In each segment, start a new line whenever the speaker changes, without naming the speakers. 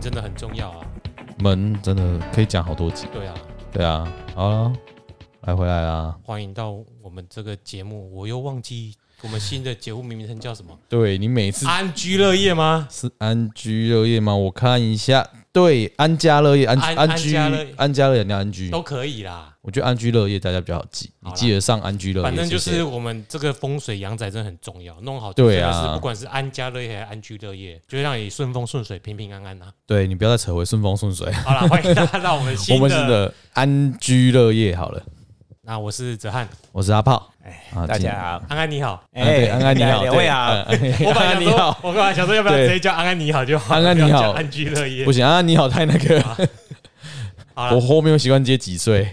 真的很重要啊。
门真的可以讲好多集。
对啊，
对啊，好了，来回来啦。
欢迎到我们这个节目，我又忘记我们新的节目名称叫什么？
对你每次
安居乐业吗？
是安居乐业吗？我看一下，对，安家乐业，安
安
安居
安家乐业
安家乐业，你安居，
都可以啦，
我觉得安居乐业大家比较好记，
好
你
啦
记得上安居乐业，
反正就
谢谢
是我们这个风水阳宅真的很重要，弄好
对
真
啊
的是不管是安家乐业还是安居乐业，就让你顺风顺水、平平安安啊。
对你不要再扯回顺风顺水，
好啦，欢迎大家到我们
我
新
们是
的。
的安居乐业好了，
那我是泽汉，
我是阿炮，啊
大家好，哎
安安你好。
今天啊对安安你好，
两位好，
对，嗯
我本来想
安安
说
你好，，
我本来想说要不要
对
直接叫安安你好就好，
安安你好
不要叫安居乐业
不。行，安安你好太那个，
好
我
了，
后面又习惯接几岁，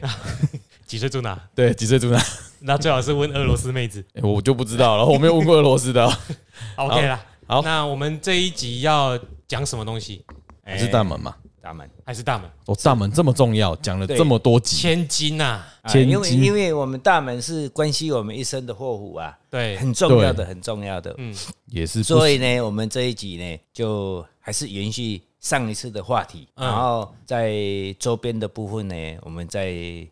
几岁住哪？
对，几岁住哪？
那最好是问俄罗斯妹子。
哎我就不知道了，我没有问过俄罗斯的哦，
好 OK 啦，
好
那我们这一集要讲什么东西？
还
哎
是大门嘛，
大门，
还是大门
哦，大门这么重要，讲了这么多集，
千金呐、啊？
啊
千
因为
金
因为我们大门是关系我们一生的祸福啊，
对，
很重要
对
的，很重要的。
嗯，
也是不
所以呢，我们这一集呢，就还是延续上一次的话题，
嗯
然后在周边的部分呢，我们再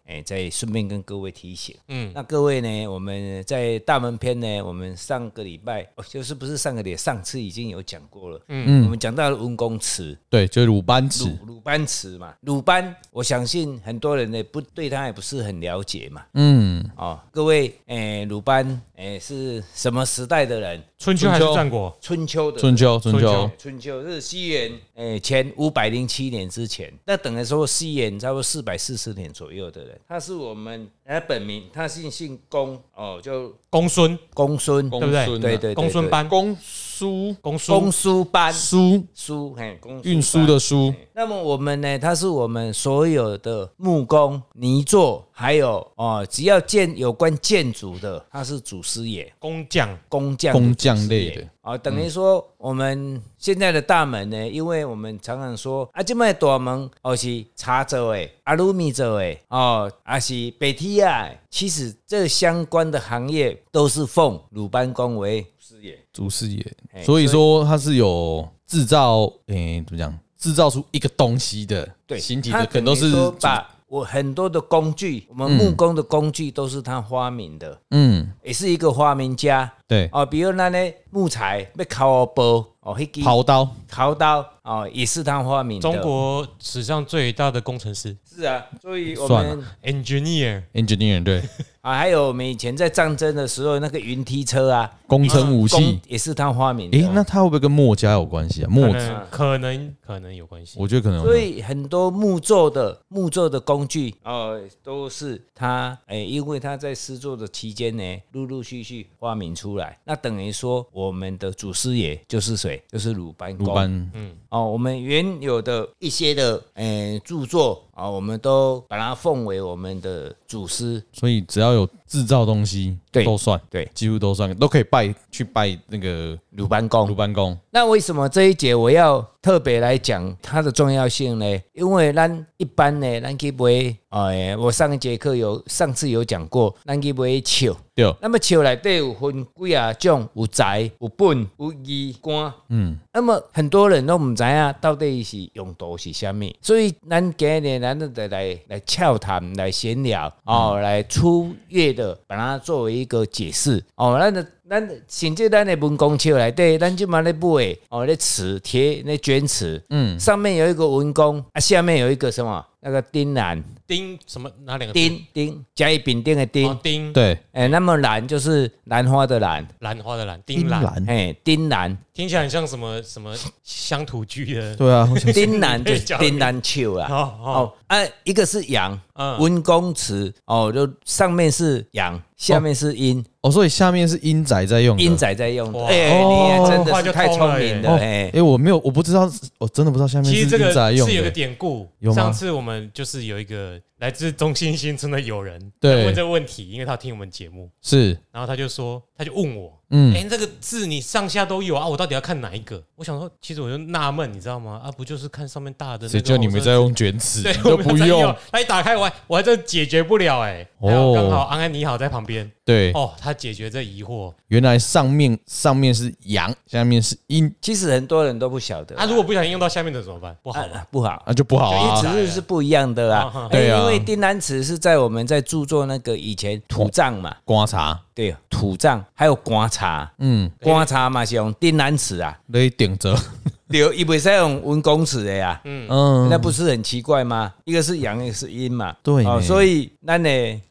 诶、再顺便跟各位提醒。
嗯，
那各位呢，我们在大门篇呢，我们上个礼拜哦，就是不是上个礼拜，上次已经有讲过了。嗯，我们讲到了文公祠。
对，就是鲁班尺，
鲁鲁班祠嘛，鲁班，我相信很多人呢不对他也不是很了解嘛。
嗯，
哦，各位，诶、鲁班，诶、是什么时代的人？
春秋还是战国？
春秋的人
春秋，春秋，
春秋是西元诶前五百零七年之前，那等于说西元差不多四百四十年左右的人，他是我们他本名，他姓姓公哦，就
公孙、
公孙，
公
对不对
孙啊
对对
公孙班、
公输
公孙
公输班
输
输嘿，公
运输的输，
那么我们呢？它是我们所有的木工、泥作，还有哦，只要建有关建筑的，它是祖师爷、
工匠，
工匠、
工匠类的。
啊、哦，等于说我们现在的大门呢，因为我们常常说啊，这卖大门哦是茶做的、阿鲁米做的哦，啊是北梯啊，其实这相关的行业都是奉鲁班公为师爷。
祖师爷，
哎
所以说它是有制造，诶、怎么讲？制造出一个东西的
对，
形体
他
的，可能都
等于
是
说
祖
把我很多的工具，我们木工的工具都是他发明的，
嗯，
也是一个发明家
对，
哦。比如那呢木材被烤包哦，那支
刨刀，
刨刀哦，也是他发明的。
中国史上最大的工程师
是啊，所以我
算了
们
（engineer）。
engineer 对，
啊，还有我们以前在战争的时候那个云梯车啊，
工程武
工
器。
也是他发明的。
诶、哎那它会不会跟墨家有关系啊？墨
可
子，
能可能可能有关系，
我觉得可能有
所以很多木作的木作的工具，哦，都是他，哎、因为他在施作的期间呢，陆陆续续发明出来。那等于说，我们的祖师爷就是谁？就是鲁班公。
鲁班，
哦，我们原有的一些的，哎、著作啊、我们都把它奉为我们的祖师。
所以只要有制造东西，
对
都算，
对，
几乎都算，都可以拜去拜那个
鲁班
鲁
公，
班公。
那为什么这一节我要特别来讲它的重要性呢？因为咱一般呢，咱去买，哎，我上一节课有上次有讲过，咱去买树，
对，
那么树内底有分几啊种，有材、有本、有义、官。
嗯，
那么很多人都唔知啊，到底是用途是虾米，所以咱今日咱就来来洽谈、来闲聊哦，来粗略的把它作为一个解释哦。咱的咱的甚至咱的文工树内底，咱就嘛咧买哦，咧瓷贴、咧卷瓷，嗯，上面有一个文工啊，下面有一个什么那个丁兰
丁什么哪两个字？
丁丁甲乙丙丁的丁，
哦，丁
对，
哎、那么兰就是兰花的兰，
兰花的兰，丁兰，
兰，
哎，丁兰，
听起来很像什么什么乡土剧的。
对啊，我想
丁兰就是丁兰树啦。
好好，
哦，啊，一个是阳，
嗯
文公祠哦，就上面是阳，下面是阴，
哦，所以下面是阴宅在用的，
阴仔在用的。
哇
哎，你也真
话
的
就是
太
通了
聪明
哦
了，哎
哎、，我没有，我不知道，我真的不知道下面
其实
是
这
阴
个
宅用
是有个
的。
典故
有，吗
上次我们就是有一个来自中心新村的友人
对
问这个问题，因为他听我们节目，
是，
然后他就说，他就问我，
嗯，
哎、这个字你上下都有啊，我到底要看哪一个？我想说，其实我就纳闷，你知道吗？啊，不就是看上面大的那个？
谁叫你 们在用卷尺，
对
你，
我
都
没有
不
在
用。。
他一打开，我还我还真解决不了哎、
哦
然后刚好安安你好在旁边，
对，
哦，他解决这疑惑。
原来上面上面是阳，下面是阴，
其实很多人都不晓得
他、如果不小心用到下面的怎么办？不好吧？
啊不好。
那就不好
因为
啊。
词是是不一样的
啊哈
啊，
对啊
因为丁南词是在我们在著作那个以前土葬嘛，
观察，
对，土葬还有观察，
嗯，
观察嘛是用丁南词啊，
你顶着，
对，伊袂使用文公词的呀、
嗯，
那不是很奇怪吗？一个是阳，一个是阴嘛，哦
对呢
所以咱的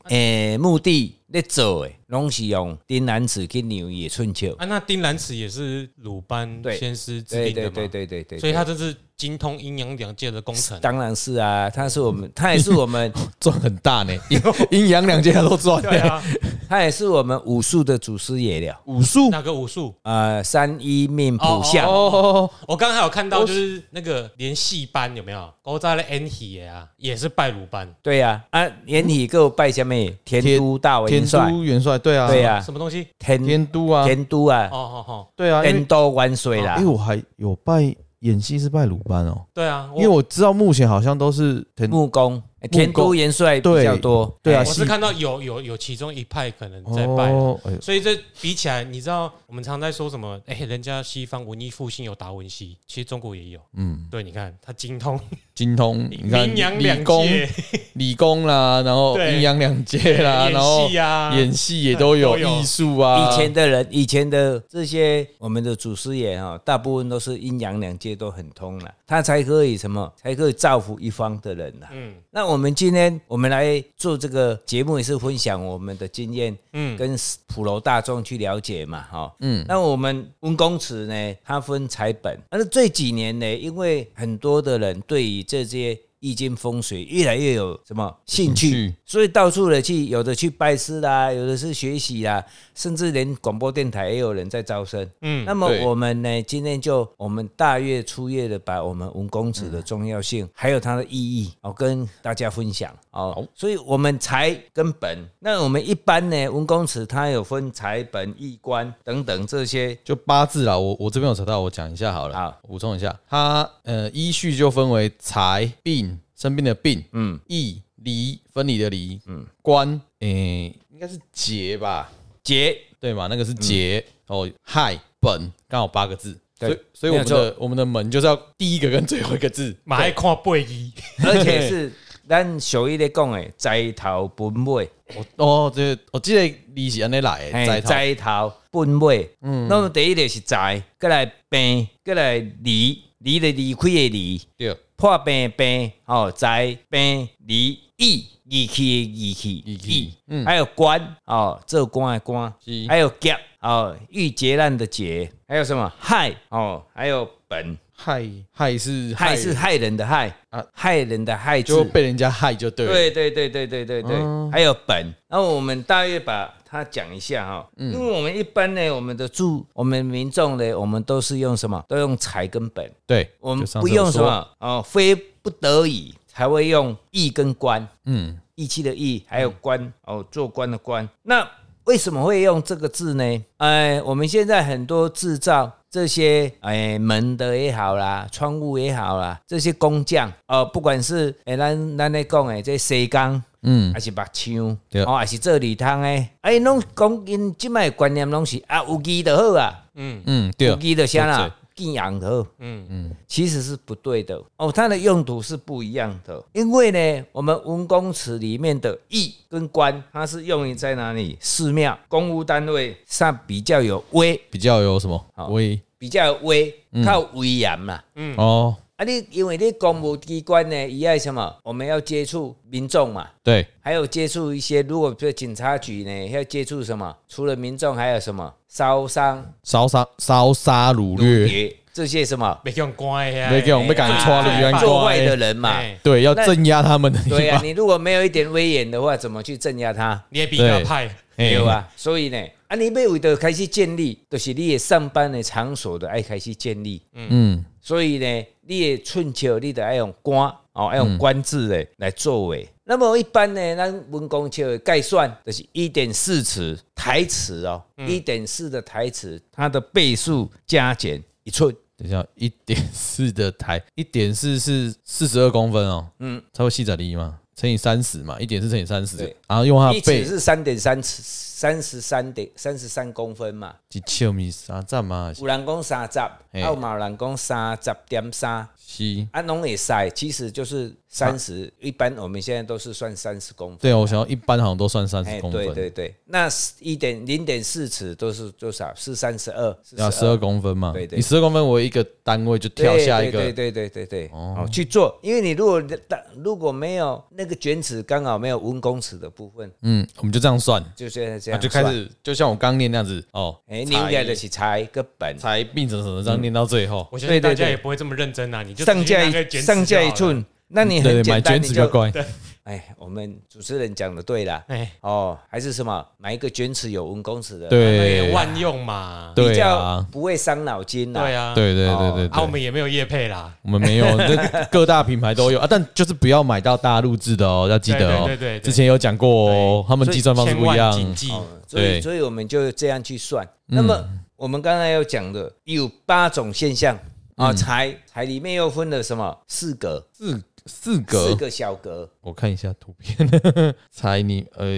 诶、目的咧做诶，拢是用丁南词去扭野春秋，
啊，那丁兰齿也是鲁班
对
先师制
对
定的
对
嘛，
对对对对，
所以他这是精通阴阳两界的工程。
当然是啊，他是我们，他也是 我们，
赚很大呢， 阴阴阳两界都赚
对
呢。
啊，
他也是我们武术的祖师爷了。
武术
哪个武术？
呃，三一命谱相，
哦，
我刚才有看到，就是那个连戏班有没有？高扎的 N 喜啊，也是拜鲁班，
对呀、啊，啊，延禧给我拜什么？天都大
天
元帅，
都元帅，对啊，
对，呀、
什么东西？
天
天都啊，
天都啊
哦，哦哦，
对啊，因
天
为
都万岁啦
因为！我还有拜演戏是拜鲁班哦，
对啊，
因为我知道目前好像都是天
木工，天都元帅比
对
较多，哎
对啊
我是
戏
看到有有有其中一派可能在拜啊，
哦哎呦
所以这比起来，你知道我们常在说什么？哎、人家西方文艺复兴有达文西，其实中国也有。
嗯，
对，你看他精通
精通，你看
阴阳
理
两
工、
界，
理工啦，然后
对
阴阳两界啦，然后
演戏啊，
演戏也都有
都有
艺术啊，
以前的人，以前的这些我们的祖师爷啊、哦，大部分都是阴阳两界都很通了，他才可以什么，才可以造福一方的人呐、
嗯
那我们今天我们来做这个节目，也是分享我们的经验，
嗯
跟普罗大众去了解嘛，哈，嗯。那我们温公祠呢，它分财本，但是这几年呢，因为很多的人对于这些易经风水越来越有什么兴趣，
兴趣
所以到处的去，有的去拜师啦，有的是学习啦，甚至连广播电台也有人在招生。
嗯
那么
对
我们呢，今天就我们大月初月的把我们文公子的重要性，还有它的意义，哦，跟大家分享哦。所以我们财跟本，那我们一般呢，文公子它有分财本、义官等等这 些。
就八字啦，我我这边有查到，我讲一下好了，
好，
补充一下，它呃依序就分为财、病、生病的病，嗯，义、离、分离的离，嗯，官，诶、应该是劫吧，
劫，
对嘛？那个是劫、哦，亥、本，刚好八个字。所
嗯对
以，所以我们
没有
的我们的门就是要第一个跟最后一个 字，
马爱看背 衣，
而且是咱俗语咧讲诶，财头本尾，
哦，这我记得利息安尼来的，
嘿
在在
财头本尾。嗯，那么第一个是财，再来病，再来离，离的离开的离。
对，
破病病哦，灾病离义义气的义气
义气
义，还有官哦，做官的官
嗯是，
还有劫哦，遇劫难的劫，还有什么害哦，还有本
害害是
害是害人的害
啊
害人的害
就
字，
被人家害就对哦了，
对对对对对对对，还有本。那我们大约把它讲一下哈，
嗯
因为我们一般呢，我们的住我们民众呢，我们都是用什么？都用财跟本。
对，
我们
就上
不
次有
用什
说，
么哦，非不得已才会用义跟官，
嗯，
义气的义，还有官哦，做官的官。那为什么会用这个字呢？哎，我们现在很多制造这些哎门的也好啦，窗户也好啦，这些工匠哦，不管是哎咱咱咧讲诶，这西工。
嗯
还是目
对
枪，哦，还是做礼堂诶，哎，拢讲因即卖观念拢是啊，有机就好啊，
嗯，
有
对，
机就啥
对
啦，敬仰就好。
嗯
其实是不对的哦，它的用途是不一样的。因为呢，我们文公祠里面的义跟官，它是用于在哪里？寺庙、公务单位上比较有威，
比较有什么
好
威
比较有威，
嗯
靠威严嘛。
哦，
啊你，因为你公务机关呢，一爱什么？我们要接触民众嘛，
对，
还有接触一些，如果说警察局呢，要接触什么？除了民众，还有什么烧伤、
烧杀烧杀掳掠，
劫这些什么？
没用乖呀，
没给我们赶穿了，
哎
原来
做坏的人嘛。
啊哎
对，要
那
镇压他们的地
对呀、
方，
你如果没有一点威严的话，怎么去镇压他？
你也比较派，
嘿
有，啊，所以呢，啊，你要为着开始建立，就是你的上班的场所的爱开始建立，
嗯，
所以呢，你的春秋你得爱用官哦，爱用官字的来作为。那么一般呢，咱文公尺的概算就是一点四尺台尺哦，一点四的台尺，它的倍数加减一寸。
等一下，一点四的台，一点四是四十二公分哦，嗯，差不多细仔一嘛，乘以三十嘛，一点四乘以三十
对，
然后用它
一
的
尺
倍
是三点三尺，三十三点三十三公分嘛。
一千米三站嘛，
有人讲三十，啊，
嘿
有嘛有人讲三十点三，
是，
啊，拢会使，其实就是三十、一般我们现在都是算三十公分。
对啊，我想要一般好像都算三
哎，
十公
对
分，
对对，那一点零点四尺都是多少？是三十二，是
要啊十二公分嘛
对，对
你十二公分为一个单位就跳下一
对
个，
对对对对对，哦，去做，因为你如果如果没有那个卷尺，刚好没有文公尺的部分，
嗯，我们就这样算，
就现在这
那
样
啊就开
算，
始就像我刚念那样子哦，
哎，你应该的是裁个本，啊
才并成什么这样念到最后，
我相信大
对对
家
对
也不会这么认真啊，你就
上架
直接拿个
一
卷尺
上架
就好
一
了，
寸，那你
对
很
对，买
简单，
卷
你
尺比较
就
乖，
嗯哎，我们主持人讲的对啦，
哎，
哦，还是什么买一个卷尺有文公尺的，，啊
对，
对
哎万用嘛，
对
比较
啊，
不会伤脑筋啦，
对啊，
对对对对
啊，我
对。
们也没有业配啦，
我们没有，这各大品牌都有啊，但就是不要买到大陆制的哦，要记得哦。
对对对对对
之前有讲过哦，他们计算方式
哎千
不一
万
样。
谨记，
哦，所以
对嗯
所以我们就这样去算。那么我们刚才要讲的有八种现象
嗯
啊，财财里面又分了什么四格，
四四
四
格，
个小格，
我看一下图片， 猜你呃，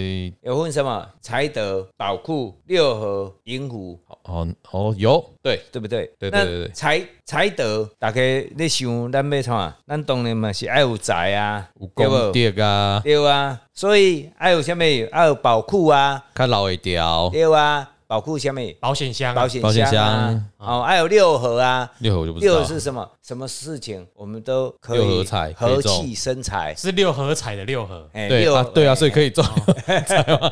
有分什么财德、宝库、六合、银虎，
哦哦有，对
对不对？
对对
那
对对
财财德，大家你想咱要创啊？咱当然嘛是爱有财啊，
武
对
功
不？
第二个，
对啊，所以爱有什么？爱有宝库啊，
看老一条，
对啊，宝库什么？
保险箱，
保险
保险
箱啊
箱，
哦，还有六合啊，
六合我就不知
六
道
合。是什么？什么事情我们都可
六合
以
彩可以
和
中
气生财。
是六合彩的六合
哎
对
六
啊，对啊，所以可
以
以中。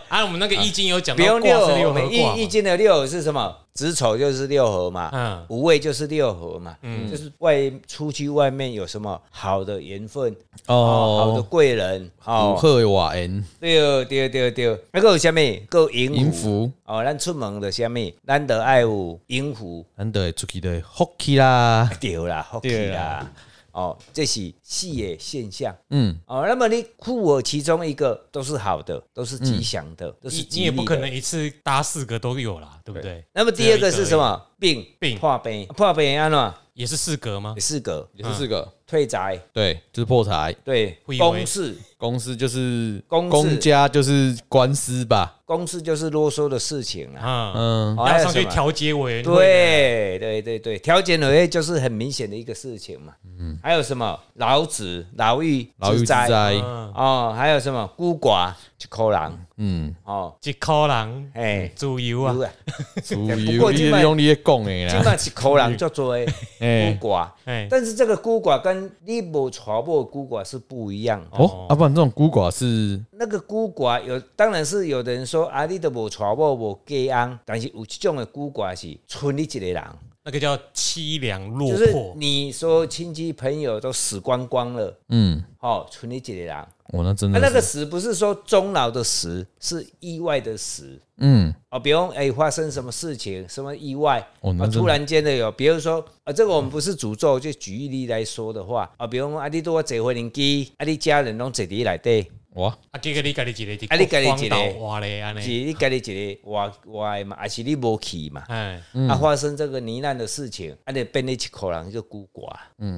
啊，我们那个易经有讲
不
到
用
卦
六
是
合，
六
我
合
们
卦
易
嘛，
易经的六合是什么？子丑就是六合嘛，
嗯，
五味就是六合嘛，就是外出去外面有什么好的缘分哦，好 的
哦，
贵人
五
哦，
鹤瓦恩
对对对对，那个有什么？个银
银
虎
福，
哦，咱出门的什么？咱得爱有银虎。
难得会出去的 hockey 啦。
对啦，福气
对
啦。哦，这是四个现象。
嗯，
哦，那么你酷我其中一个都是好的，都是吉祥的，都是
你
吉
你
利
也
的
不可能。一次搭四个都有啦，对不对？
那么第二个是什么？病
病
破病破病安了，
也是四格吗？
四个
也是四个，
退宅
嗯对，就是破财。
对
会以为
公事
公司就是
公事
公家就是官司吧，
公事就是啰嗦的事情啊。
啊，
嗯，
哦
要
还有
上去
什么
调节委员会啊，
对对对对，调解委员就是很明显的一个事情嘛。嗯，还有什么劳子、劳役、
牢狱之灾，啊
嗯，
哦，还有什么孤寡、一口人
嗯，
哦，
一口人
哎，
自由啊
有，啊。
属
不
于
过
你
现在
用你的讲的
即
啦，
嘛是口人做做的
哎，
孤寡，
哎，
但是这个孤寡跟你无娶某的孤寡是不一样。
哦，啊，不然这种孤寡是
那个孤寡有，当然是有的人说啊，你都无娶某无嫁翁，但是有一种的孤寡是剩你一个人，
那个叫凄凉落
就是
魄，
你说亲戚朋友都死光光了，
嗯，
哦，剩你一个人。啊，
我那真
那个
的是，
死不是说终老的死，是意外的死。
嗯，
哦，比如哎、发生什么事情，什么意外，
哦那
啊
真的
突然间的有，比如说啊，这个我们不是诅咒，就举一例来说的话啊，比如说啊，你多坐回灵机，啊，你家人拢坐伫内底，
哇，
啊，这个你家己一个，
啊你自己一个
哇嘞，安
是
尼，
你家己一个活活的嘛，还是你无去嘛？
哎，
啊，发生这个罹难的事情，啊，你变你一口人就孤寡，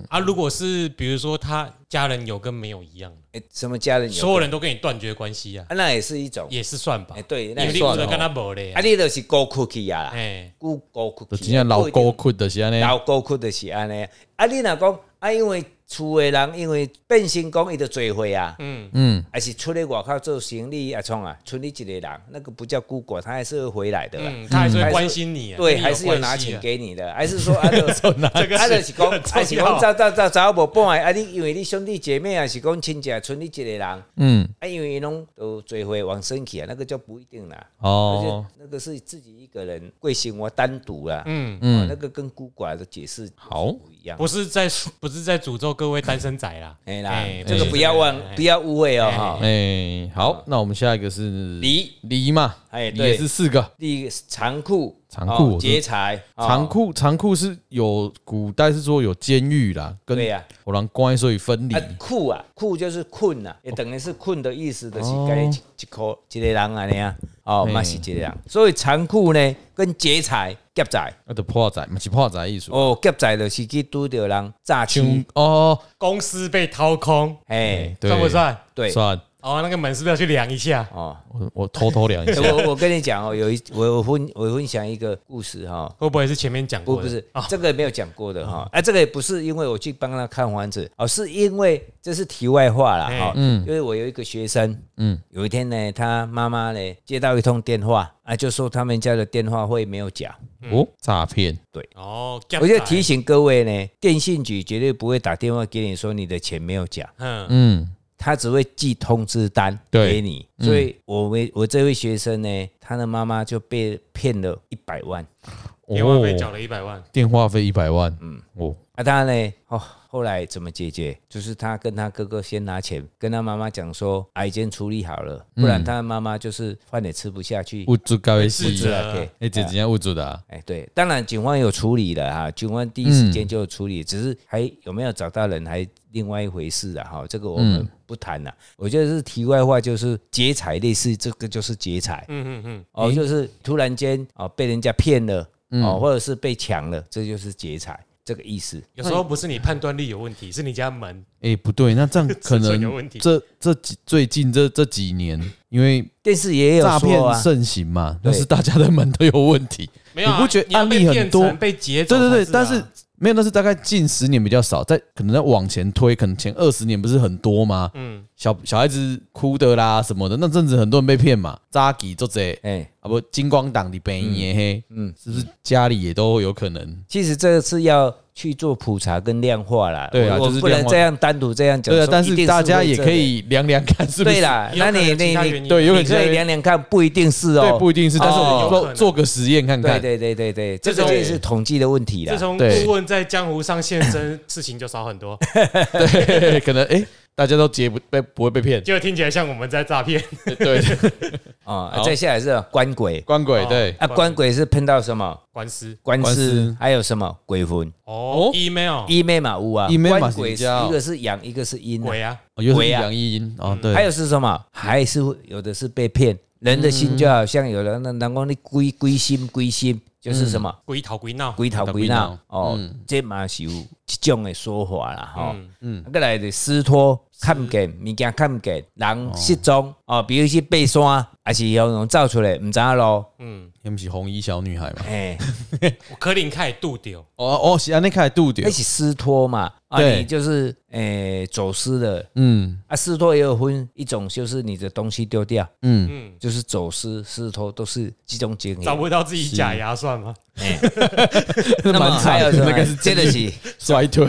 啊，如果是比如说他家人有跟没有一样，
哎、什么家人有
嗯所有人都跟你断绝关系啊，
啊，那也是一种，
也是算吧
哎、，对，
因
那
为
也
你
算
有
算
的
哦
跟他无嘞
啊，，你就是高哭去啊啦，
哎，
孤高哭
就
去，啊
真正老
不一定
高困的是安尼，
老高窟就是安尼。啊，你若讲啊，因为厝的人因为变成讲伊就做伙啊，
嗯，
还是出去外口做生意啊，创啊，剩你一个人，那个不叫孤寡，他还是会回来的啦。
嗯，他还是会关心你啊，
对，
跟你
还是有
关
拿
系
钱
啊，
给你的，还是说啊，就
这个
啊，就是讲，
很重
还是
要
讲，早早早早无半的啊，你因为你兄弟姐妹啊，是讲亲戚，剩你一个人，啊，
嗯，
因为拢都做伙往生去啊，那个就不一定啦。
哦
哦，，那个是自己一个人贵姓我单独啦，
嗯。
嗯，那个跟孤寡的解释
好
不一样。
不是在不是在诅咒各位单身仔啦，
哎啦
哎，
这个不要忘，不要误会哦哈。
哎哎，好，那我们下一个是
离
梨嘛，
哎
梨也
对
是四个，
第一个是长裤、
长
哦
裤我
劫
是。
财，哦
长裤，长裤是有古代是说有监狱啦，跟
对呀
我让关所以分离
啊，困啊，困就是困啊，也等于是困的意思，就是该一一颗一个人安尼啊，哦，
嘿
嘛是一个人，所以残酷呢跟劫财劫财，
那啊就破仔，不是破仔艺术。
哦，劫财就是去拄着人诈
像
欺，
哦，
公司被掏空，
哎，
对
算不算？
对，
算
哦，那个门是不是要去量一下？
哦，
我我偷偷量一下，
我我跟你讲哦，有一我我分我分享一个故事哈、
会不会是前面讲
不
过的？
不是
啊，
这个没有讲过的哈，哎，这个也不是因为我去帮他看房子哦，是因为这是题外话啦
哎
哈，嗯，因为我有一个学生，嗯，有一天呢，他妈妈呢接到一通电话啊，就说他们家的电话费没有缴，
哦，诈骗
哦，夹
我就
仔
提，醒各位呢，电信局绝对不会打电话给你说你的钱没有缴，
嗯，
他只会寄通知单
对
给你，所以我为我这位学生呢，他的妈妈就被骗了一百万。
电话费缴
哦，
了一百万，
电话费一百万，嗯，哦，
啊，他呢，哦，后来怎么解决？就是他跟他哥哥先拿钱，跟他妈妈讲说，啊，已经处理好了，不然他的妈妈就是饭也吃不下去。
物质高一
是
些，
的
对，
哎，这怎样物质的啊？
啊哎，对，当然警方有处理了哈，警方第一时间就有处理，只是还有没有找到人还另外一回事啊哈，这个我们不谈了。我觉得是题外话，就是劫财类似这个就是劫财，
嗯嗯嗯，
哦，就是突然间哦被人家骗了，
嗯
哦或者是被抢了，这就是劫财这个意思。
有时候不是你判断力有问题，是你家门
哎，不对，那这样可
尺寸有问
能
题
这这几最近这这几年，因为
电视也有
诈骗
说啊，
盛行嘛，
对
但是大家的门都有问题，
没有啊？
你不觉得
要
案
被
例很
骗
多
成被劫走
对
才啊？
对对，但是没有，那是大概近十年比较少，在可能在往前推，可能前二十年不是很多吗？嗯，小小孩子哭的啦什么的，那阵子很多人被骗嘛，扎吉做这
哎、
啊不，金光党的本也黑，嗯，是不是家里也都有可能？
其实这个是要去做普查跟量化啦。
对啊
我我
就是
不能
量化
这样单独这样讲。
对啊，
说
但
一定
是
是
大家
会
也
这
可
样。
以量量看是不是？
对啦，
也有
那
可能
你
有其
你
他
你
原因啊
对，有可
你
能
可以量量看，不一定是
对
哦。
不一定是，但是我
哦
们做做个实验看
对
看。
对对对对，这
这
个
种
就是统计的问题
自
啦。
从
对
顾问在江湖上现身，事情就少很多。
对， 可能哎，大家都结不被不会被骗。
就听起来像我们在诈骗，
对对，
哦啊，
好
再下来是官鬼
官鬼对
啊，官鬼是碰到什么
官司
官
官
司
司，
还有什么鬼魂
哦
哦
，email
，email 嘛有啊
email 嘛
官
是
鬼是
这样
一个是阳，一个是阴啊，
鬼啊，
哦又是
鬼
一
啊
阳一阴哦，对，
还有是什么？还是会有的是被骗，人的心就好像有人那南光的归归心归心，就是什么？
鬼讨鬼闹，
鬼头鬼
鬼
脑
头嗯
哦，这嘛是有一种的说法啦吼。嗯，再来就私托看不见，物件看不见，人失踪哦，比如去爬山，还是用用走出来，唔知道路，
他们是红衣小女孩嘛？
哎，
我可能开始度丢，
哦哦，是安尼开始度掉
那。哎是私托嘛，啊，
对
你就是诶走失了。
嗯
啊，私托也有分一种，就是你的东西丢掉，
嗯，
就是走失、私托都是集中经营。
找不到自己假牙算吗？
那么
蛮
还
惨
有
的，
什么？
那个是
这
真
个
的
是
衰退。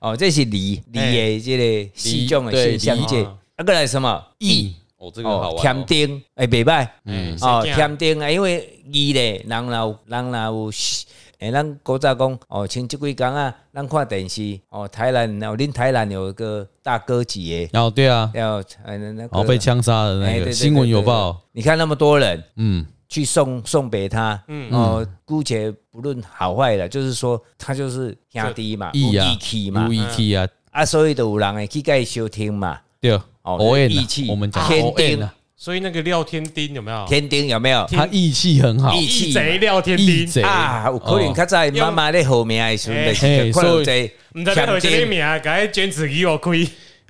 哦，这是离离的这个四种的现象，
离
这
对
啊，个来什么义？
哦，这
哦，添丁哎，袂歹
嗯，
哦，
谁怕
添丁啊，因为义咧，人若有人若有，诶，咱古早讲哦，像即几工啊，咱看电视哦，台南哦，恁台南有一个大哥级
然后对啊，
的，要呃那那
然后哦被枪杀的
哎
那个新闻有报，，
哎对对对对对你看那么多人
嗯，
去送送别他，哦，姑且不论好坏了，就是说他就是兄弟嘛，
义啊
有义气嘛
无，义气啊，
啊，所以就有人会去甲伊相听嘛，
对，
哦，
偶然
义
啊
气，
我们讲
天
偶然
丁
啊，，
所以那个廖天丁有没
哦
有？
天丁有没有？
他义气很好，
义
义贼廖天
义
丁，
贼哦
啊，有可能较早妈妈咧后面的时阵，就是
嘿
可能有
所以
唔
这
知道何一个
欠
名，啊改卷子给我开，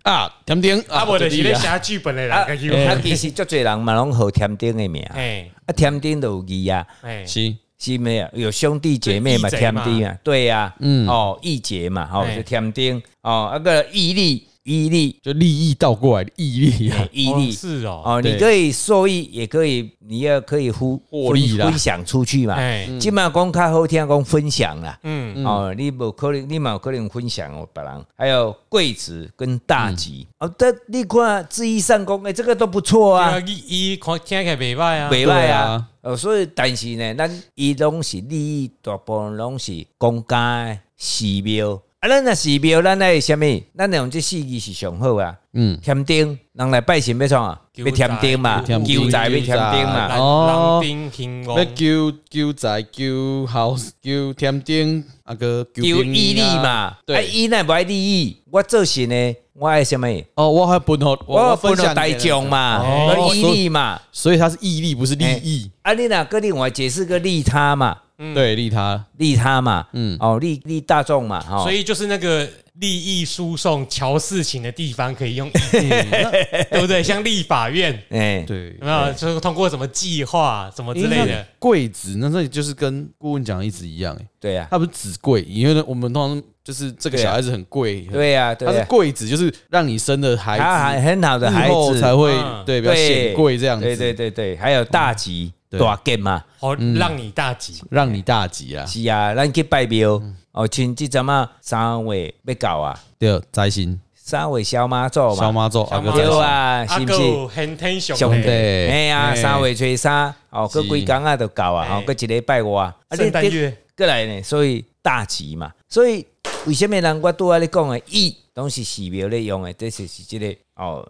啊，点点
啊，我就是咧
啊
写剧本的
啊，
人，给
啊
我，
其实足侪人嘛拢好添丁的名，啊
哎
添丁就有义啊，
哎，
是
是没有有兄弟姐妹嘛，
就义贼
添
嘛
丁啊，对呀，
嗯
哦，义结嘛，哦
哎
就添丁，哦，啊个义利，义利，
就利益倒过来的毅力啊
哎，义
哦
利。
是哦，
哦，
对
你可以受益，也可以，你要可以呼
获利啦
分分享出去嘛。
哎，
即嘛讲较好听，讲分享啦。
嗯，
哦，你无可能，你嘛有可能分享哦，别人还有贵子跟大吉、哦，但你看志一上公，哎、这个都不错
啊，
啊，
伊伊看听起来袂歹啊，
对
袂歹啊
啊。
哦，所以但是呢，咱伊拢是利益大部分拢是公家的寺庙，啊，啊，咱若寺庙，咱爱啥物？咱用这四字是上好啊。嗯，添丁，人来拜神要创啊？要添丁嘛，
求财
求财要添丁嘛。
南
哦
南丁平
要
翁，
救救宅救 house 救天顶啊个救
求
兵
毅力
啊
嘛，啊，
对
伊若无爱利益，我做事呢，我爱什么？
哦，我还分好
我分
享
了大
给你
众嘛，
哦
要毅力嘛。
所以它是毅力不是利益，
啊，你若个另外解释个利他嘛，
对
嗯
利他
利他嘛，嗯，哦，利利大众嘛，哈。
所以就是那个利益输送、瞧事情的地方可以用，对不对？像立法院。
哎，
对嗯
有。没有？就是通过什么计划、什么之类的，
柜子，那这里就是跟顾问讲的一直一样、欸，
对啊呀，
它不是纸贵，因为呢，我们通常就是这个
对啊
小孩子很贵，很
对呀，对
它是
呀，
贵子，就是让你生的孩
他还
子
很好的孩
日后
子
才会
嗯
对比较
对，
显贵这样子，嗯
对对对对，还有大吉、
对
大吉嘛，
好让你大吉。
让你大吉啊，
是啊，咱去拜庙
嗯
哦，像即阵啊三月要到啊，
对，灾星
三月小妈祖
小
嘛，
妈祖阿
小妈
哥
祖
灾星，
对啊，
阿
是不
有
是？
很天雄
兄弟，
的，
对
哎呀，
嘿
三月初三哦，过
是
几工啊就到啊，哦
嘿，
过一礼拜外，啊，
圣诞
你
月
过来呢，所以大吉嘛，所以为什么人我拄仔咧讲的义，拢是寺庙咧用的，这就是即个哦，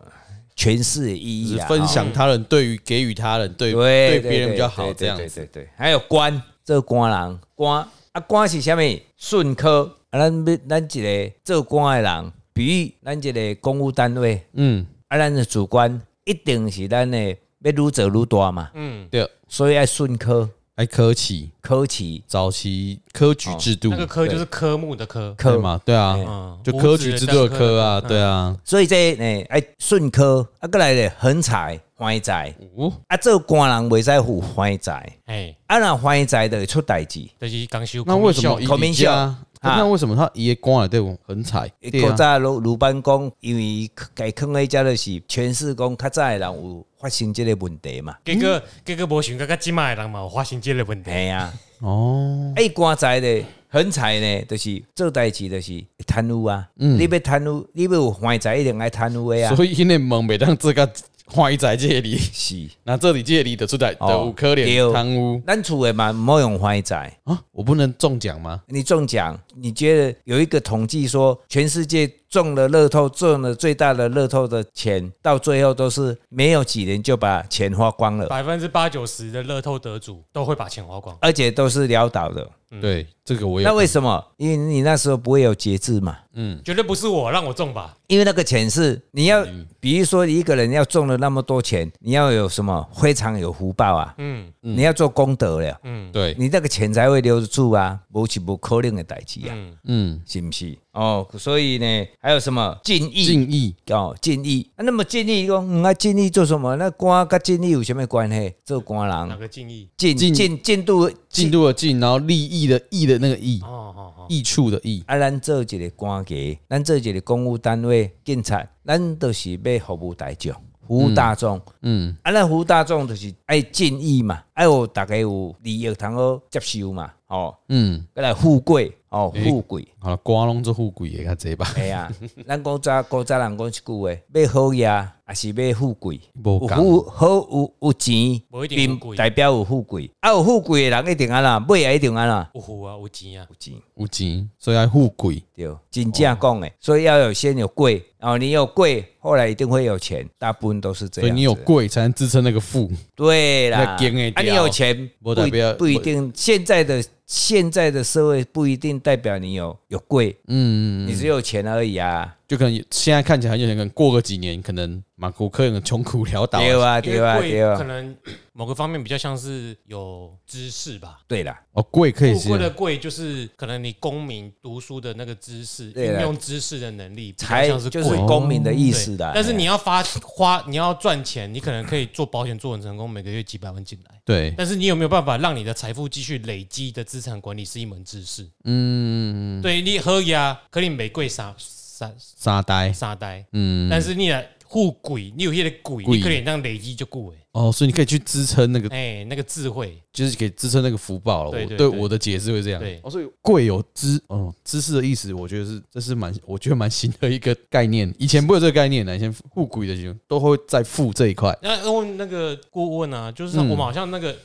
诠释的意
只
义
是
啊，
分
哦
享他人对于给予他人对
对
别人比较好
对
这
对
样
对
子，
对对，还有官，做官人官啊，官是啥物？顺科啊，咱要咱一个做官的人，比喻咱一个公务单位
嗯，
啊，咱的主管一定是咱的要愈做愈大嘛，
嗯，
对，
所以要顺科
还科起
科举
早期科举制度
哦那个科就是科目的科，
对
科嘛，
嘛，对啊，
嗯，
就
五
科
指
举
的嗯
制度的
单
科啊，对啊，
所以这呢哎顺科啊，过来咧横财怀财
哦，
啊，做官人袂使有怀财，
哎，
啊若怀财就会出代志。
就是刚修。
那为什么
孔明秀
孔明
伊家啊？
秀啊
那为什么他爷光来对我很彩？对
较
啊，
早鲁鲁班讲，因为伊家坑迄遮就是诠释讲较早的人有发生即个问题嘛，
结果结果无想到，个即卖人嘛有发生这个问题，
系啊，
哦，
哎官财咧，横财呢，就是做代志就是会贪污啊，你要贪污，你要有坏财一定爱贪污的啊，
嗯所以因为门每当这个坏在这里，
是，
那这里这里的出来
哦
的五颗
对
脸贪污
咱厝的嘛，毋好用坏财。
啊，我不能中奖吗？
你中奖，你觉得有一个统计说，全世界中了乐透、中了最大的乐透的钱，到最后都是没有几年就把钱花光了，
百分之八九十的乐透得主都会把钱花光。
而且都是潦倒的。
对，这个我有
那。为什么？因为你那时候不会有节制嘛。
绝对不是我让我中吧？
因为那个钱是你要，比如说一个人要中了那么多钱，你要有什么非常有福报啊，
嗯
你要做功德了，
嗯，
对，
你那个钱才会留得住啊，不是不可能的代志啊，
嗯，
嗯，
是不是？哦，所以呢，还有什么敬意
敬意
哦，敬意、啊那么敬意讲，嗯啊，敬意做什么？那官跟敬意有什么关系？做官
哪
人
嗯个敬意？
进
进
进进度
进度的进，然后利益的益的那个益
哦，哦哦，
益处的益，
啊，咱做一个官家，咱做一个公务单位、警察，咱都是要服务大众、服务大众。
嗯，
啊，咱服务大众就是爱敬意嘛，爱有大家有利益通好接受嘛，哦，
嗯，
再来富贵哦，富贵。
好了，瓜拢做富贵也较这吧，
哎呀，咱古早古早人讲一句话，要好呀，还是要富贵？
无
有
讲
富好有有钱
不一，定富贵
代表有富贵。啊，有富贵的人一定安啦，买也一定安啦，
有福啊，有钱啊，
有钱。
有钱，所以要富贵，
对，真
哦
正讲诶，所以要有先有贵，然后你有贵，后来一定会有钱，大部分都是这
所
样
以
子。
你有贵才能支撑那个富，
啊对啦，
那经得
啊，
掉
你有钱
不
不
代表
不一定，现在的现在的社会不一定代表你有有贵，
嗯，
你只有钱而已
嗯
啊，
就可能现在看起来很有钱，可能过个几年，可能马古克能穷苦潦倒，
对啊，
因
对啊，
为
对
贵可
啊，
能某个方面比较像是有知识吧。
对啦，
哦，贵可以
富
是
贵的贵就是可能你公民读书的那个知识，
对
运
啦
用知识的能力，比较
才
像是
就
贵嗯
是公民的意
对
思啦。
但是
哎呀
你要发花，你要赚钱，你可能可以做保险做很成功，每个月几百万进来。
对，
但是你有没有办法让你的财富继续累积的资产管理是一门知识。
嗯，
对你喝呀，可你玫瑰傻傻
沙呆，
傻呆，
嗯，
但是你来护鬼，你有些的鬼，
鬼
你可能让累积就过哎
哦，所以你可以去支撑那个，
哎那个智慧，
就是可以支撑那个福报了。
对
我
对
对
对
我的解释会这样。
对
哦，所以贵有知，哦，知识的意思，我觉得是这是蛮，我觉得蛮新的一个概念。以前不会有这个概念的，啊以前富贵的时候都会在富这一块。
那问那个顾问啊，就是我们好像那个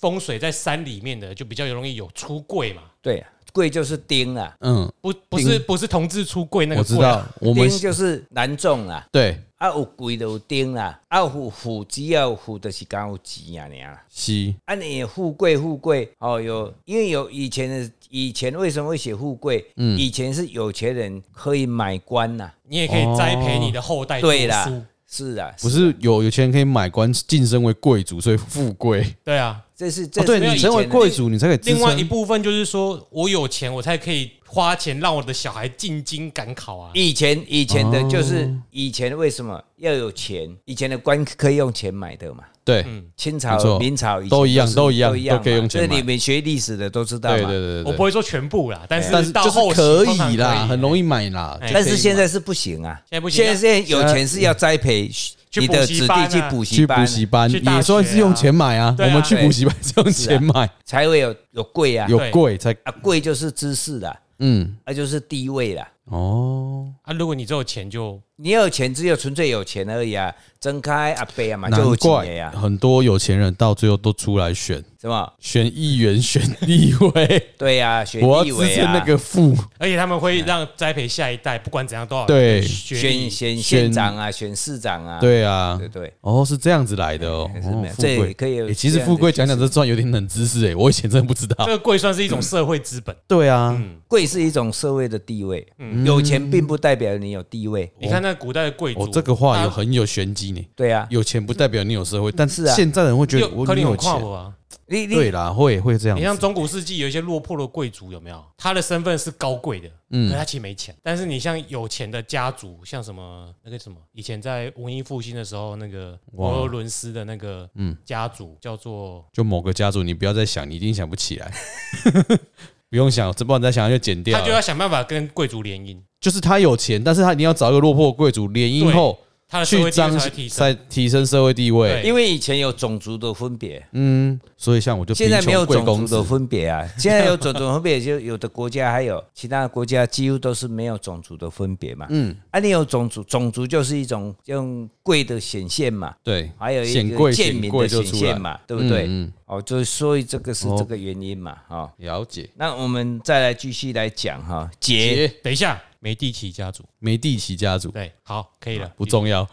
风水在山里面的，就比较容易有出柜嘛。
对啊，贵就是丁啊，
嗯，
不不是不是同志出柜那个
我知
贵啊
道，我们
丁就是男众啦。
对
啊，有贵就有丁啦，啊有富只要有富就是讲有钱啊，尔啦。
西
啊，你富贵富贵哦，有因为有以前的以前为什么会写富贵？
嗯
以前是有钱人可以买官呐、
你也可以栽培你的后代
哦
读
对啦
书，，
是啊，
不是有有钱人可以买官晋升为贵族，所以富贵。
对啊。
这是这
哦，
是
对
以前
你成为
的
贵族，你才可以支
另外一
撑。
部分就是说我有钱，我才可以花钱让我的小孩进京赶考啊。
以前以前
哦
的就是以前为什么要有钱？以前的官可以用钱买的嘛，
对，
嗯
清
没
朝、
错
明朝以前
都一样
是
都一样
都一样嘛，
都可以用钱
这
买
你们学历史的都知道
对对
嘛。
对对
我
对
不会说全部啦，但
但是
是到
就
后期
是可
通常
以啦，很容易买啦。
哎
就
但
可
是
以
现
买
在是不行啊，
现在不行呃
现在现在有钱是要栽培
去
你
补
的
习
子弟
班
去
啊
补习
去
班
补
啊，
习班
去大学啊
也算是用钱买啊，
对
我
啊
们去补习班是用
啊
钱买，
才会有有贵啊，
有贵才
啊贵就是知识啦，
嗯
啊就是地位啦。
哦，
啊，如果你只有钱就
你有钱只有纯粹有钱而已啊，睁开阿伯啊嘛就
难
有
怪
钱呀、啊，
很多有钱人到最后都出来选
是吧？
选议员、选立委，
对呀、啊， 选
我要
立
支
委
撑
啊，
那个富，
而且他们会让栽培下一代，不管怎样都要
对
学
选
历
选
选
县长啊，选市长啊，
对啊
对，对，
哦是这样子来的哦，
哎 是
哦
没有
富
这
贵
也可以有
哎其实
这样嗯的
富贵讲讲这算有点冷知识哎，我以前真的不知
这
道。
个贵算是一种社会资本。
对啊，
贵是一种社会的地位，
嗯
有钱并不代表你有地位，
你看那古代的贵族，
我哦这个话有
他
很有玄机呢。
对啊，
有钱不代表你有社会，但
是啊
现在人会觉得
有
我
可
你
能有
有
跨
钱，
国啊。
你
对
你
啦，会会这样
你
子。
像中古世纪有一些落魄的贵族，有没有？他的身份是高贵的，嗯，他其实没钱。但是你像有钱的家族，像什么那个什么，以前在文艺复兴的时候，那个
哇
摩罗伦斯的那个嗯家族叫做
就某个家族，你不要再想，你一定想不起来， 不用想，这不然再想就剪掉
他
了。
就要想办法跟贵族联姻，
就是他有钱，但是他一定要找一个落魄贵族联姻后
他的社会
去
地位
彰
才会提升。
再提升社会地位。
对
因为以前有种族的分别，
嗯，所以像我就
现在
贫
没有
穷贵
种
公
族的
子，
分 别啊，现在有种族分别，就有的国家还有其他的国家几乎都是没有种族的分别嘛。嗯，啊，你有种族，种族就是一种用贵的显现嘛，
对，
还有
显
一个
贵
贱
显
民
贵
的
就
显
出来
现，嘛，对不对？
嗯嗯
哦，就是所以这个是
哦
这个原因嘛，哈、哦。
了解。
那我们再来继续来讲哈，节
杰
等一下，梅蒂奇家族，
梅蒂奇家族
对，好，可以了，
啊不 重要，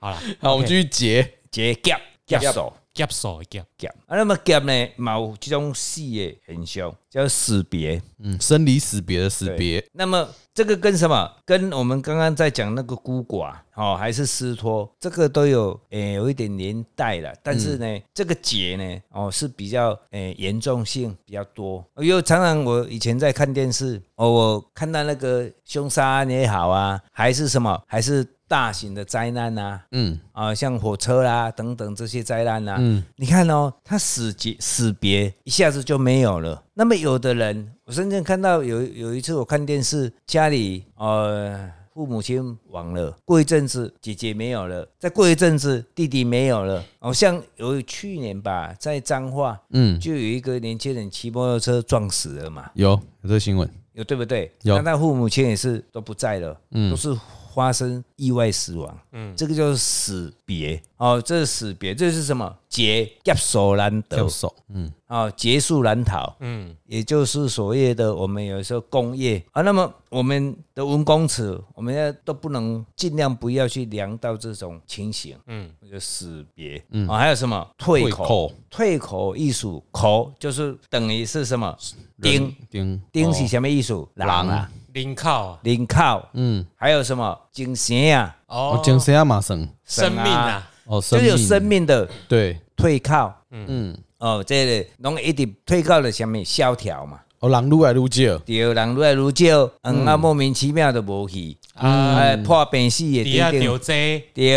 好了。
好，我们继续杰
节夹夹手
夹手夹，
夹，啊，那么夹呢，嘛有这种死的现象叫死别，
嗯，生离死别的死
对
别，
那么这个跟什么？跟我们刚刚在讲那个孤寡哦，还是斯托，这个都有诶、有一点年代了。但是呢，这个节呢，哦是比较诶、严重性比较多。因为常常我以前在看电视，哦，我看到那个凶杀案也好啊，还是什么，还是大型的灾难啊，
嗯，
啊、像火车啦等等这些灾难啦、你看哦，他死结死别一下子就没有了。那么有的人，我甚至看到有有一次我看电视，家里呃父母亲亡了，过一阵子姐姐没有了，再过一阵子弟弟没有了，好、像有去年吧，在彰化，
嗯
就有一个年轻人骑摩托车撞死了嘛。
有有这个新闻，
有对不对？
有
那他父母亲也是都不在了，都是发生意外死亡，嗯，这个就是死别哦，这是死别，这是什么？劫劫手难得
叫手，嗯，
哦，劫数难逃，嗯，也就是所谓的我们有时候工业啊，那么我们的文公尺，我们要都不能尽量不要去量到这种情形，嗯，就死别，嗯，哦，还有什么退口？退口艺术口就是等于是什么？丁
人丁
丁
哦
是什么艺术？狼啊，
零靠啊，
零靠，
嗯，
还有什么精神啊，
哦
哦，，江西亚马生，
生命啊，
哦，生
就是
命
有生命的
对，
退靠，嗯哦，这个拢一直退靠了什么萧条嘛，
哦，人愈来愈少，
对，人愈来愈少，嗯啊，莫名其妙的无去，啊，破病死也
底下
等
留
等，
这
对，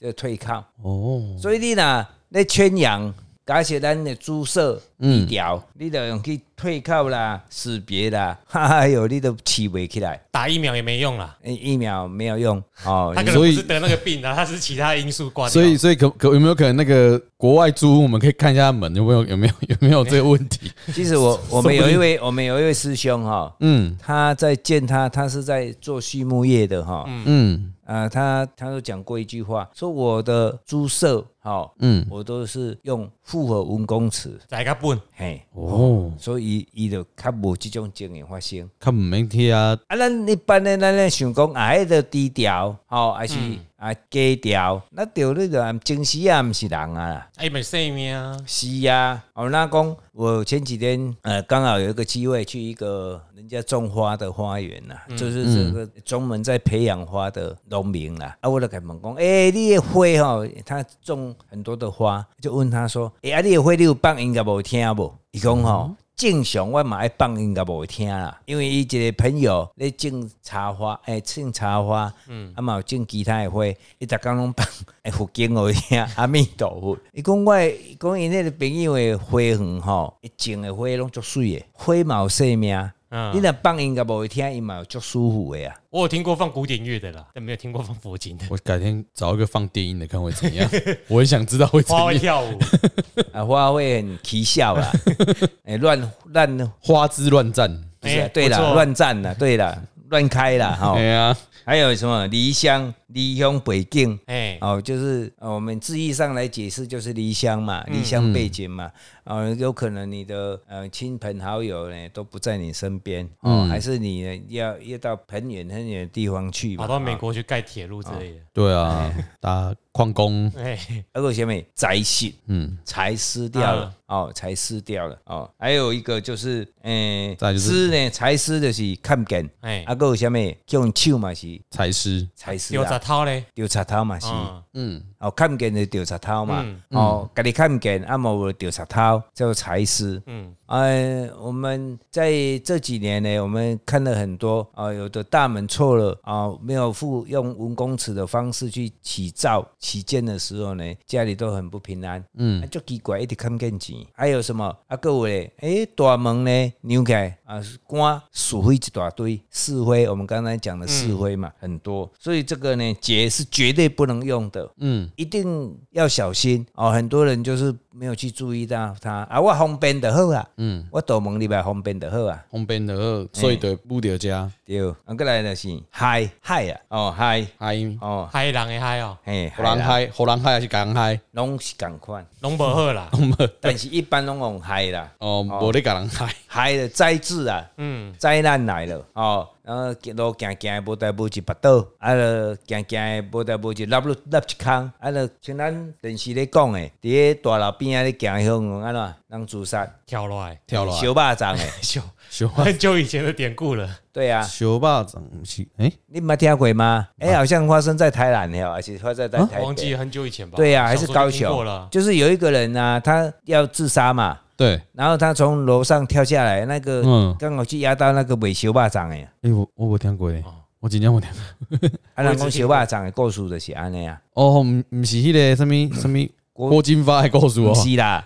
就退靠，
哦，
所以你呐，咧圈养。假设咱的注射医疗，你就用去退靠啦、识别啦， 哈哈，哎呦，你都饲袂起来，
打疫苗也没用啦，
哎疫苗没有用哦。
他可能不是得那个病啊， 他是其他因素挂掉。
所以所以可可有没有可能那个国外租屋，我们可以看一下门有没有有没有有 没有这个问题？
其 实我我们有一位我们有一位师兄哈、
嗯
他在见他，他是在做畜牧业的哈、啊、
嗯，
他他都讲过一句话，说我的猪舍哦，
嗯
我都是用复合文公尺，
在个本，
嘿，
哦，
所以伊就较无即种情形发生。
较毋免去啊，
啊，咱一般的咱咧想讲啊，迄个低调，吼、还是、
嗯
啊低调，那着你着精神啊，毋是人啊啦。
哎，没生命啊，
是呀、哦，那公，我前几天呃刚好有一个机会去一个人家种花的花园呐、就是这个专门在培养花的农民啦、啊，我就给他们讲，哎、你的花哦，他种很多的花，就问他说，哎、啊，你的花你有放音乐无听无？伊讲吼。正常我嘛爱放音乐无听啦，因为伊一个朋友咧种茶花，哎、种茶花，嗯，啊嘛有种其他的花，伊逐工拢放哎佛经互伊听，阿弥陀佛。伊讲我的，伊讲因迄个朋友的花园吼，伊种的花拢足水的，花嘛有生命。
嗯
你若放音乐无伊听，伊嘛有足舒服的啊。
我有听过放古典乐的啦，但没有听过放佛经的。
我改天找一个放电音的看会怎 样，我很想知道会怎
花会
样，
跳 舞，
啊，花会很奇效啦， 哎乱乱
花枝乱颤，
不是啊、
哎
对
不
啦，
错
乱站啦，对啦，乱开啦哈。
哎呀，
还有什么离乡离乡背景？
哎，
哦，就是呃我们字义上来解释，就是离乡嘛，离
嗯
乡背景嘛，呃，有可能你的呃亲朋好友呢都不在你身边，哦，
嗯
还是你呢要要到很远很远的地方去嘛
跑，到美国去盖铁路之类的。
对啊，打矿工，
哎，
而且下面宅系
嗯，
才失掉
嗯
了、哦，才失掉了哦，还有一个就是，诶、
再就是
失呢，才失就是看不见，
哎
啊，还有下面用手嘛是
才师，
才失
有
啊
咋，掏嘞？
丢插头嘛是。
嗯，
嗯，
哦，看不见就掉石头嘛，
嗯
哦，家己看不见，啊，无掉石头叫财师。嗯，哎、我们在这几年呢，我们看了很多啊、有的大门错了啊、没有付用文公尺的方式去起造起建的时候呢，家里都很不平安。嗯，就、奇怪，一直看不见钱。还有什么啊？各位嘞，哎、大门呢，扭开啊，关鼠灰一大堆，是非我们刚才讲的是非嘛，很多，所以这个呢，劫是绝对不能用的。一定要小心哦。很多人就是没有去注意到它啊，我方便的好啊，嗯，我斗门里边方便的好啊。
烘焙的，所以的不掉家，
对，啊，过来就是嗨嗨啊，哦嗨
嗨，
哦
嗨人的嗨哦，
嘿，
荷兰
啦，
嗨，荷兰嗨还是港嗨？
拢是共款，
龙伯赫 啦，
但是一般拢用嗨啦，
哦，无咧港人嗨，
嗨的灾字啊，
嗯，
灾难来了哦，然后路行行无代无一巴倒，啊，就行行无代无一落落落一空，啊，就像咱电视咧讲诶，伫咧大楼边啊咧行向安怎人自杀，
跳落来，
跳落来
小巴掌诶。
就
小霸
很久以前的典故了。
对啊，
小霸掌不是，哎，
你没听过吗？哎、好像发生在台南的哦，而且发生在台
啊忘记
北。
很久以前吧？
对呀、啊，还
小
是
时候就
高
听过
雄
了，。
就是有一个人啊，他要自杀嘛，
对，
然后他从楼上跳下来，那个
嗯
刚好去压到那个尾修霸掌哎，
哎，我我无听过诶，我真正无听过。
啊，人讲修霸掌的故事就是安尼啊，
哦，毋毋是迄个什物什物
郭
郭金发的故事哦
不，是啦，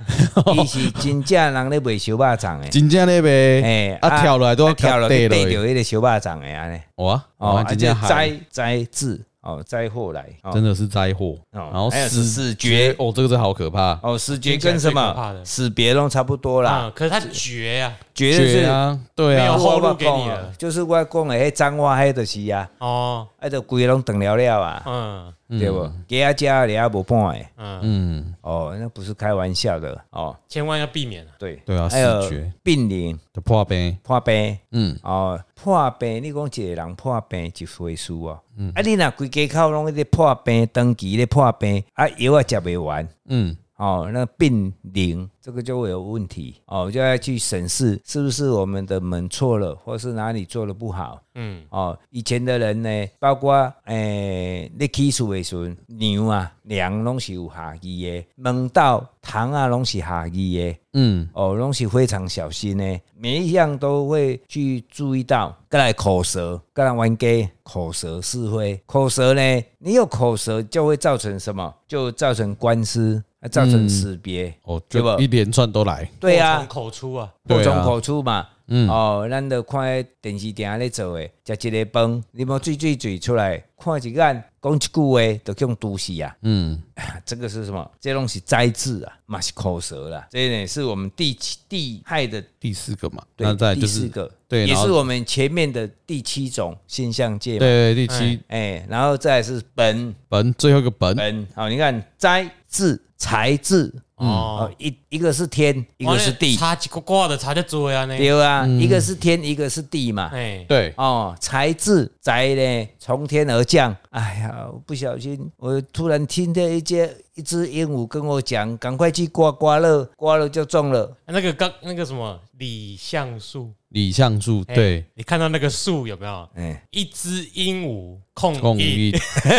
伊是真正人咧尾修霸掌的，
真正咧
哎
呗，啊跳落来都要
跳
跳
了
落
对
去
着
落，
迄个修霸掌的安尼，
哇，
哦，
哇
啊，
真
这
正
灾
害，
灾字哦，灾祸来，哦
真的是灾祸，
哦
然后
还有
死
死绝
哦，这个是好可怕，
哦，死绝
听起来
跟什
最可怕
么
的
死别拢差不多啦，
啊，可是他绝啊，
绝对
对
是
啊，对
没有
啊，
后路给你了
就是我讲的迄脏话，迄就是啊，
哦，
啊，就规个拢断了了啊，
嗯
对不？给啊家也无半的，
嗯，
嗯，
哦，那不是开玩笑的哦，
千万要避免啊。
对
对啊
还有
视觉
病人
就破病，
破病，
嗯，
哦，破病，你讲一个人破病一回事哦，啊，你若规家口拢咧破病，长期咧破病，啊，药啊食袂完。
嗯，
哦，那病龄这个就会有问题哦，就要去审视是不是我们的门错了，或是哪里做的不好。
嗯，
哦，以前的人呢，包括诶，你起厝的时阵，牛啊、粮拢是有下义的，门道、糖啊拢是下义的，
嗯，
哦，拢是非常小心的，每一样都会去注意到。再来口舌，再来冤家，口舌是非，口舌呢，你有口舌就会造成什么？就造成官司，啊造成死别，
哦，
对
就
不
一连串都来，
对
祸
啊
从，口出啊，
祸
对
从
啊
口出嘛。
嗯
哦，咱就看电视顶咧做诶，食一个饭，你无水水水出来，看一眼，讲一句话就用都市啊，
嗯，
这个是什么？这东西灾字啊，嘛是口舌啦。这呢是我们地气地害的，
第四个嘛，
对
那再来
第
就
四
是
个，
对
也
然后
是我们前面的第七种现象界嘛。
对第七
哎，然后再来是本
本最后一个本，
本，好，你看灾字、财字，
嗯
哦，
哦，一一个是天，一个是
哦
地，
差几个挂的差就多啊呢。
对啊，一个是天，一个是地嘛。
哎，
对，
哦，才智宅呢从天而降。哎呀，我不小心，哎我突然听到一些一只鹦鹉跟我讲，赶快去刮刮乐，刮了就中了。
那个刚那个什么李橡树，
李橡树，
哎
对，
你看到那个树有没有？
哎，
一只鹦鹉控
共
一，
一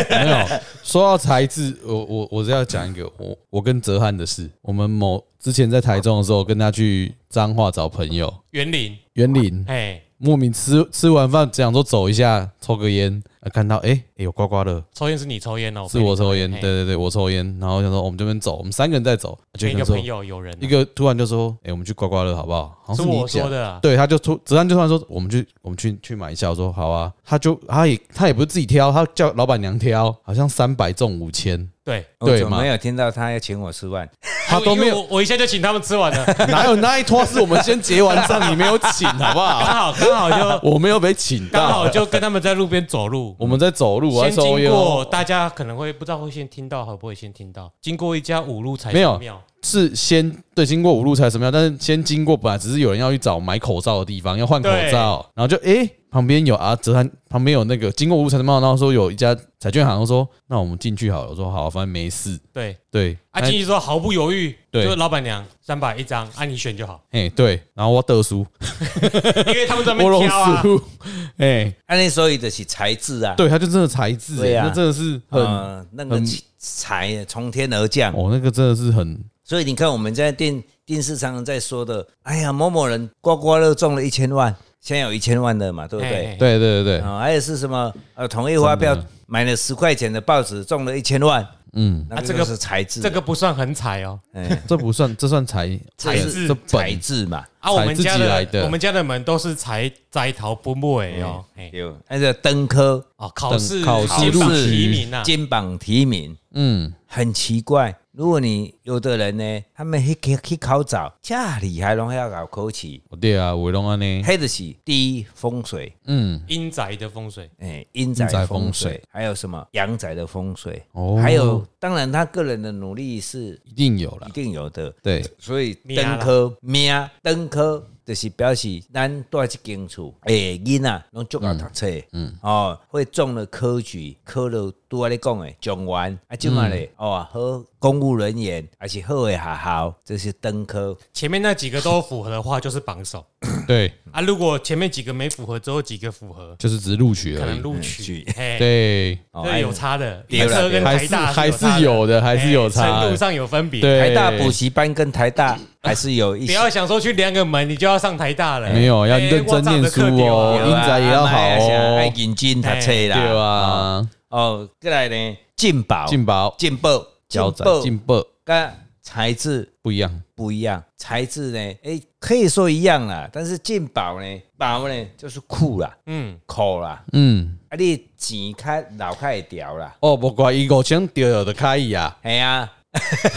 没有。说到才智，我我我是要讲一个我我跟泽汉的事。我们某之前在台中的时候，跟他去彰化找朋友，
园林，
园林
哎，
莫名吃吃完饭，想说走一下，抽个烟，啊看到哎、哎有刮刮乐，
抽烟是你抽烟哦，
是我抽烟，
嘿
对对对，我抽烟，然后想说我们这边走，我们三个人在走，就
跟一
跟
个
他说
朋友有人啊，
一个突然就说，哎、我们去刮刮乐好不好？好
是
像是你
我
讲
说。的啊，
对，他就突子安就突然说，我们去我们去去买一下。我说好啊，他就他也他也不是自己挑，他叫老板娘挑，好像三百中五千，
对，
我
对
怎么
嘛
没有听到他要请我吃饭？
他都没有
因为我我一下就请他们吃完 了，
哪有那一托是我们先结完账，你没有请好不
刚
好？
好刚 好就
我没有被请
刚好
到，
就跟他们在路边走路，
我们在走路，我在
先
抽
经
烟
过，
哦，
大家可能会不知道会先听到，会不会先听到？经过一家五路彩
没有
神庙，
是先对经过五路才什么样，但是先经过本来只是有人要去找买口罩的地方，要换口罩，然后就诶、旁边有啊，泽汉旁边有那个经过五路才什么样，然后说有一家彩券行，我说那我们进去好了，我说好，啊反正没事，
对，
对，
啊，进去之后毫不犹豫，
哎对
就是老板娘三百一张，啊，你选就 好，
哎、对，然后我得输，
因为他们专
我
门
拢
挑啊，
输， 哎、
按理啊所以的是才智啊，
对，他就真的才智、
对啊
那真的是很，哦，
嗯，那个才从天而降。
那个真的是很，
所以你看我们在电电视常常在说的，哎呀，某某人刮刮乐中了一千万，现在有一千万的嘛，对不对？
哎，
对对对对，
啊、还有是什么？呃，统一发票买了十块钱的报纸，中了一千万，
嗯，
那
啊这
这
个
个是才智，
这个不算很彩哦，
哎
这不算，这算才
这
是
这
才
本
智嘛，
啊，我们
自己
家
来
的
的
我们家的门都是才摘桃不末尾哦，哎，
有那个登科
哦，考
嗯等
试
考
金
试
榜
录取
题名啊呐，
金榜题名
嗯，
很奇怪。如果你有的人呢，他们去去去考早，家里还拢要搞考试，
对啊，伟龙安呢，
黑的是第一风水，
嗯。
阴宅的风水，
哎，阴宅
阴宅
风
风
水
水，
还有什么阳宅的风水，
哦
还有当然他个人的努力是
一定有
一
了。
定有的，
对，
所以
命啦
登科命登科。就是表示咱住一间厝，诶、囡仔拢足够读册，嗯，哦，会中了科举，考了拄仔咧讲诶，状元啊，即嘛咧，
嗯
哦，好公务人员，还是好诶学校，这是登科，
前面那几个都符合的话，就是榜首
对，
啊，如果前面几个没符合，只有几个符合，
就是只录取
可
而
能
已。
录
嗯
取
取，
嘿，
对，哎
哦，
这有差的，
对
台
啦
车跟
还
台
是
大
还
有差
是有的，还是有
哎
差
程度
的。
上有分别。
对，
台大补习班跟台大还是有一
不
些
要想说去量个门，你就要上台大了。
没有要
哎
认
我
真念书哦
上的课
哦
对啊
英才也要好哦
爱认真读册
对
啦，哦，
啊，
哦，过来呢，进宝、
进宝、
进宝、
教仔、进步
跟才智
不一样。
不一样，材质呢，诶，可以说一样啦，但是进宝呢，宝呢就是酷啦、
嗯，
苦啦，
嗯，
啊，你的钱开脑开会掉啦，
哦，不怪一五千丢了的开伊啊，
哎呀，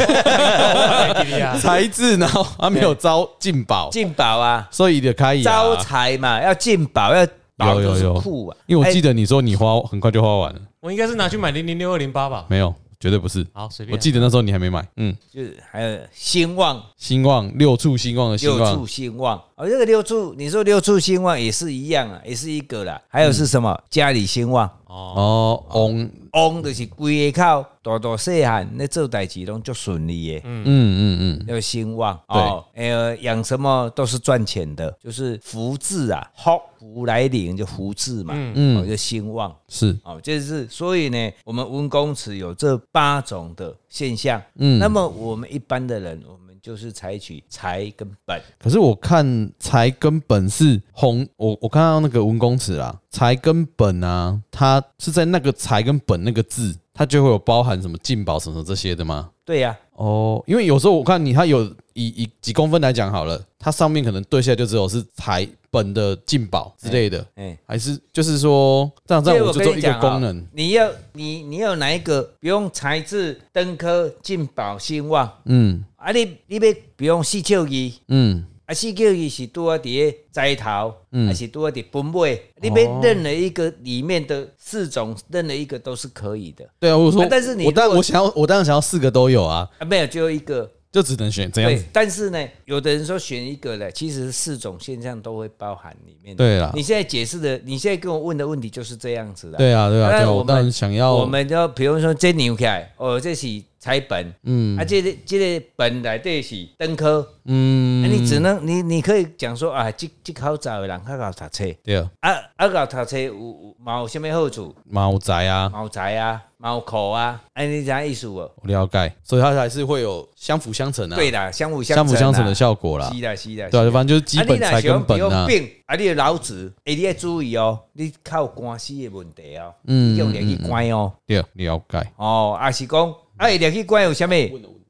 哎啊
才智，然后他没有招进宝，
进宝啊，
所以的开伊
招
啊。
财嘛，要进宝，要宝
有
就
有
是
有
酷啊，
因为我记
得
得你说你花很快就花完 了，
我应该是拿去买零零六二零八吧。
没有，绝对不是。
好，随便。
我记得那时候你还没买。嗯，
哎就是还有兴旺。
兴旺六处兴旺的兴
六
旺
畜，兴旺，哦，这个六畜，你说六畜兴旺也是一样啊，也是一个啦。还有是什么？
嗯
家里兴旺，
哦，
哦，翁，
旺就是规个靠大大细汉，那做代志拢足顺利的。
嗯嗯嗯，
要兴旺哦，哎呦，养什么都是赚钱的，就是福字啊，福福来临就福字嘛，嗯，哦、就兴旺
是，
哦，这是所以呢，我们文公祠有这八种的现象，嗯，那么我们一般的人，我们就是采取财跟本，
可是我看才跟本是红，我我看到那个文公尺啦，才跟本啊，它是在那个才跟本那个字，它就会有包含什么进宝什么这些的吗？
对啊呀、
哦，因为有时候我看你它有以以几公分来讲好了，它上面可能对下就只有是才本的进宝之类的，
哎，
还是就是说这样这
所以
样我就
跟
做
你
一个
讲
功
哦
能，
你要你你要哪一个？不用材质、登科、进宝、兴旺
嗯
啊！你你要不用四九二。
嗯
啊，四九二是拄啊伫个栽头，
嗯
还是拄啊伫分尾？你
哦
要任何一个里面的四种，任何一个都是可以的。
对啊，我说，
啊但是你
我
如
当
果
我想要，我当然想要四个都有啊，
啊，没有，只有一个。
就只能选这样
对
子，，
但是呢，有的人说选一个呢，其实四种现象都会包含里面。
对啦
你现在解释的，你现在跟我问的问题就是这样子的。
对啊对啊
当然
对啊，我
我
当然
们
想要，
我们就比如说这牛起来，哦，这是彩本，
嗯
啊，这个这个本来这是登科，
嗯
啊，你只能你你可以讲说啊，这这口罩的人较搞读册。
对啊，
啊啊！搞读册有有嘛有啥物好处？
猫宅啊，
毛财啊，毛口啊，哎、你知影意思无？
我了解，所以它还是会有相辅相成啊，
对啦，相辅相
相辅
成、啊、
相成的效果啦，
是啦是啦，
对啊，
是啦
反正就是基本才跟本
啊你若想
啊
有，病，啊，你的老子，哎、你要注意哦，你靠官司的问题哦，
嗯
嗯，用入去关哦，
对啊，了解，
哦，啊是
嗯
讲，啊，入去关有啥物？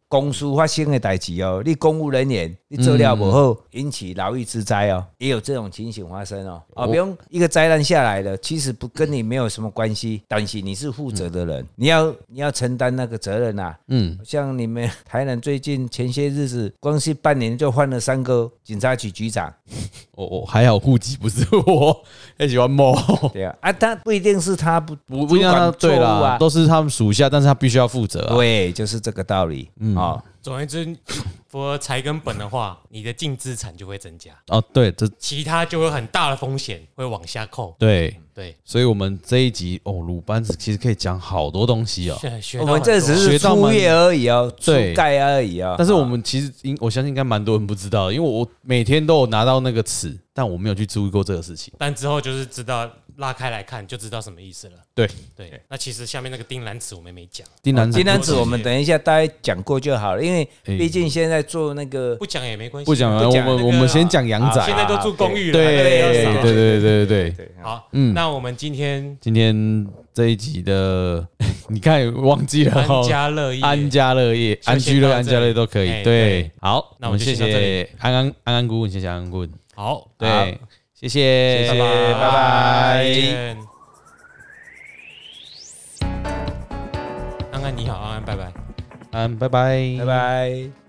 公司发生的代志哦，你公务人员你做料不
嗯
好，引起劳逸之灾哦，也有这种情形发生哦。啊，不用一个灾难下来了，其实不跟你没有什么关系，但是你是负责的人，你要你要承担那个责任呐、
嗯，
像你们台南最近前些日子，光是半年就换了三个警察局局长，
我我还好户籍不是我，还喜欢猫，
对啊，啊，他不一定是他不
不
不
不一定要他
错
对
误
啦，
啊，
都是他们属下，但是他必须要负责啊，
对，就是这个道理，
嗯
哦，
总而言之，符合财跟本的话，你的净资产就会增加，
哦对，这
其他就会有很大的风险会往下扣。
对。
对，
所以，我们这一集哦，鲁班子其实可以讲好多东西哦。
学学
我
到很
们
多
这只
学
是
到蛮
初月而已哦，初
对
盖而已哦，
但是我们其实应我相信应该蛮多人不知道的，因为我我每天都有拿到那个词，但我没有去注意过这个事情。
但之后就是知道拉开来看就知道什么意思了。
对，
对，那其实下面那个丁兰词我们也没讲，
丁南
金
南
丹子，我们等一下大家讲过就好了，因为毕竟现在做那个
不讲也没关系。
哎不讲了，
不
我
讲
们
那个
我们先讲啊羊仔
现。在都住公寓了，
对
还没有
对
扫
对对对对对，
对
好，
嗯
那我们今天
今天这一集的 你看忘记了
安
哦，
家乐业，
安家乐业、
就
安居乐、
先到
安家乐业都可
这
以。
里
对
哎，
好，
那
我
我们
们
就
谢
先到这里
谢安安安安顾问，谢谢安安顾问，
好，
好
对，谢谢，
谢谢
拜
再
拜。
见。安安你好，安安拜拜。
安，拜拜，
拜。拜。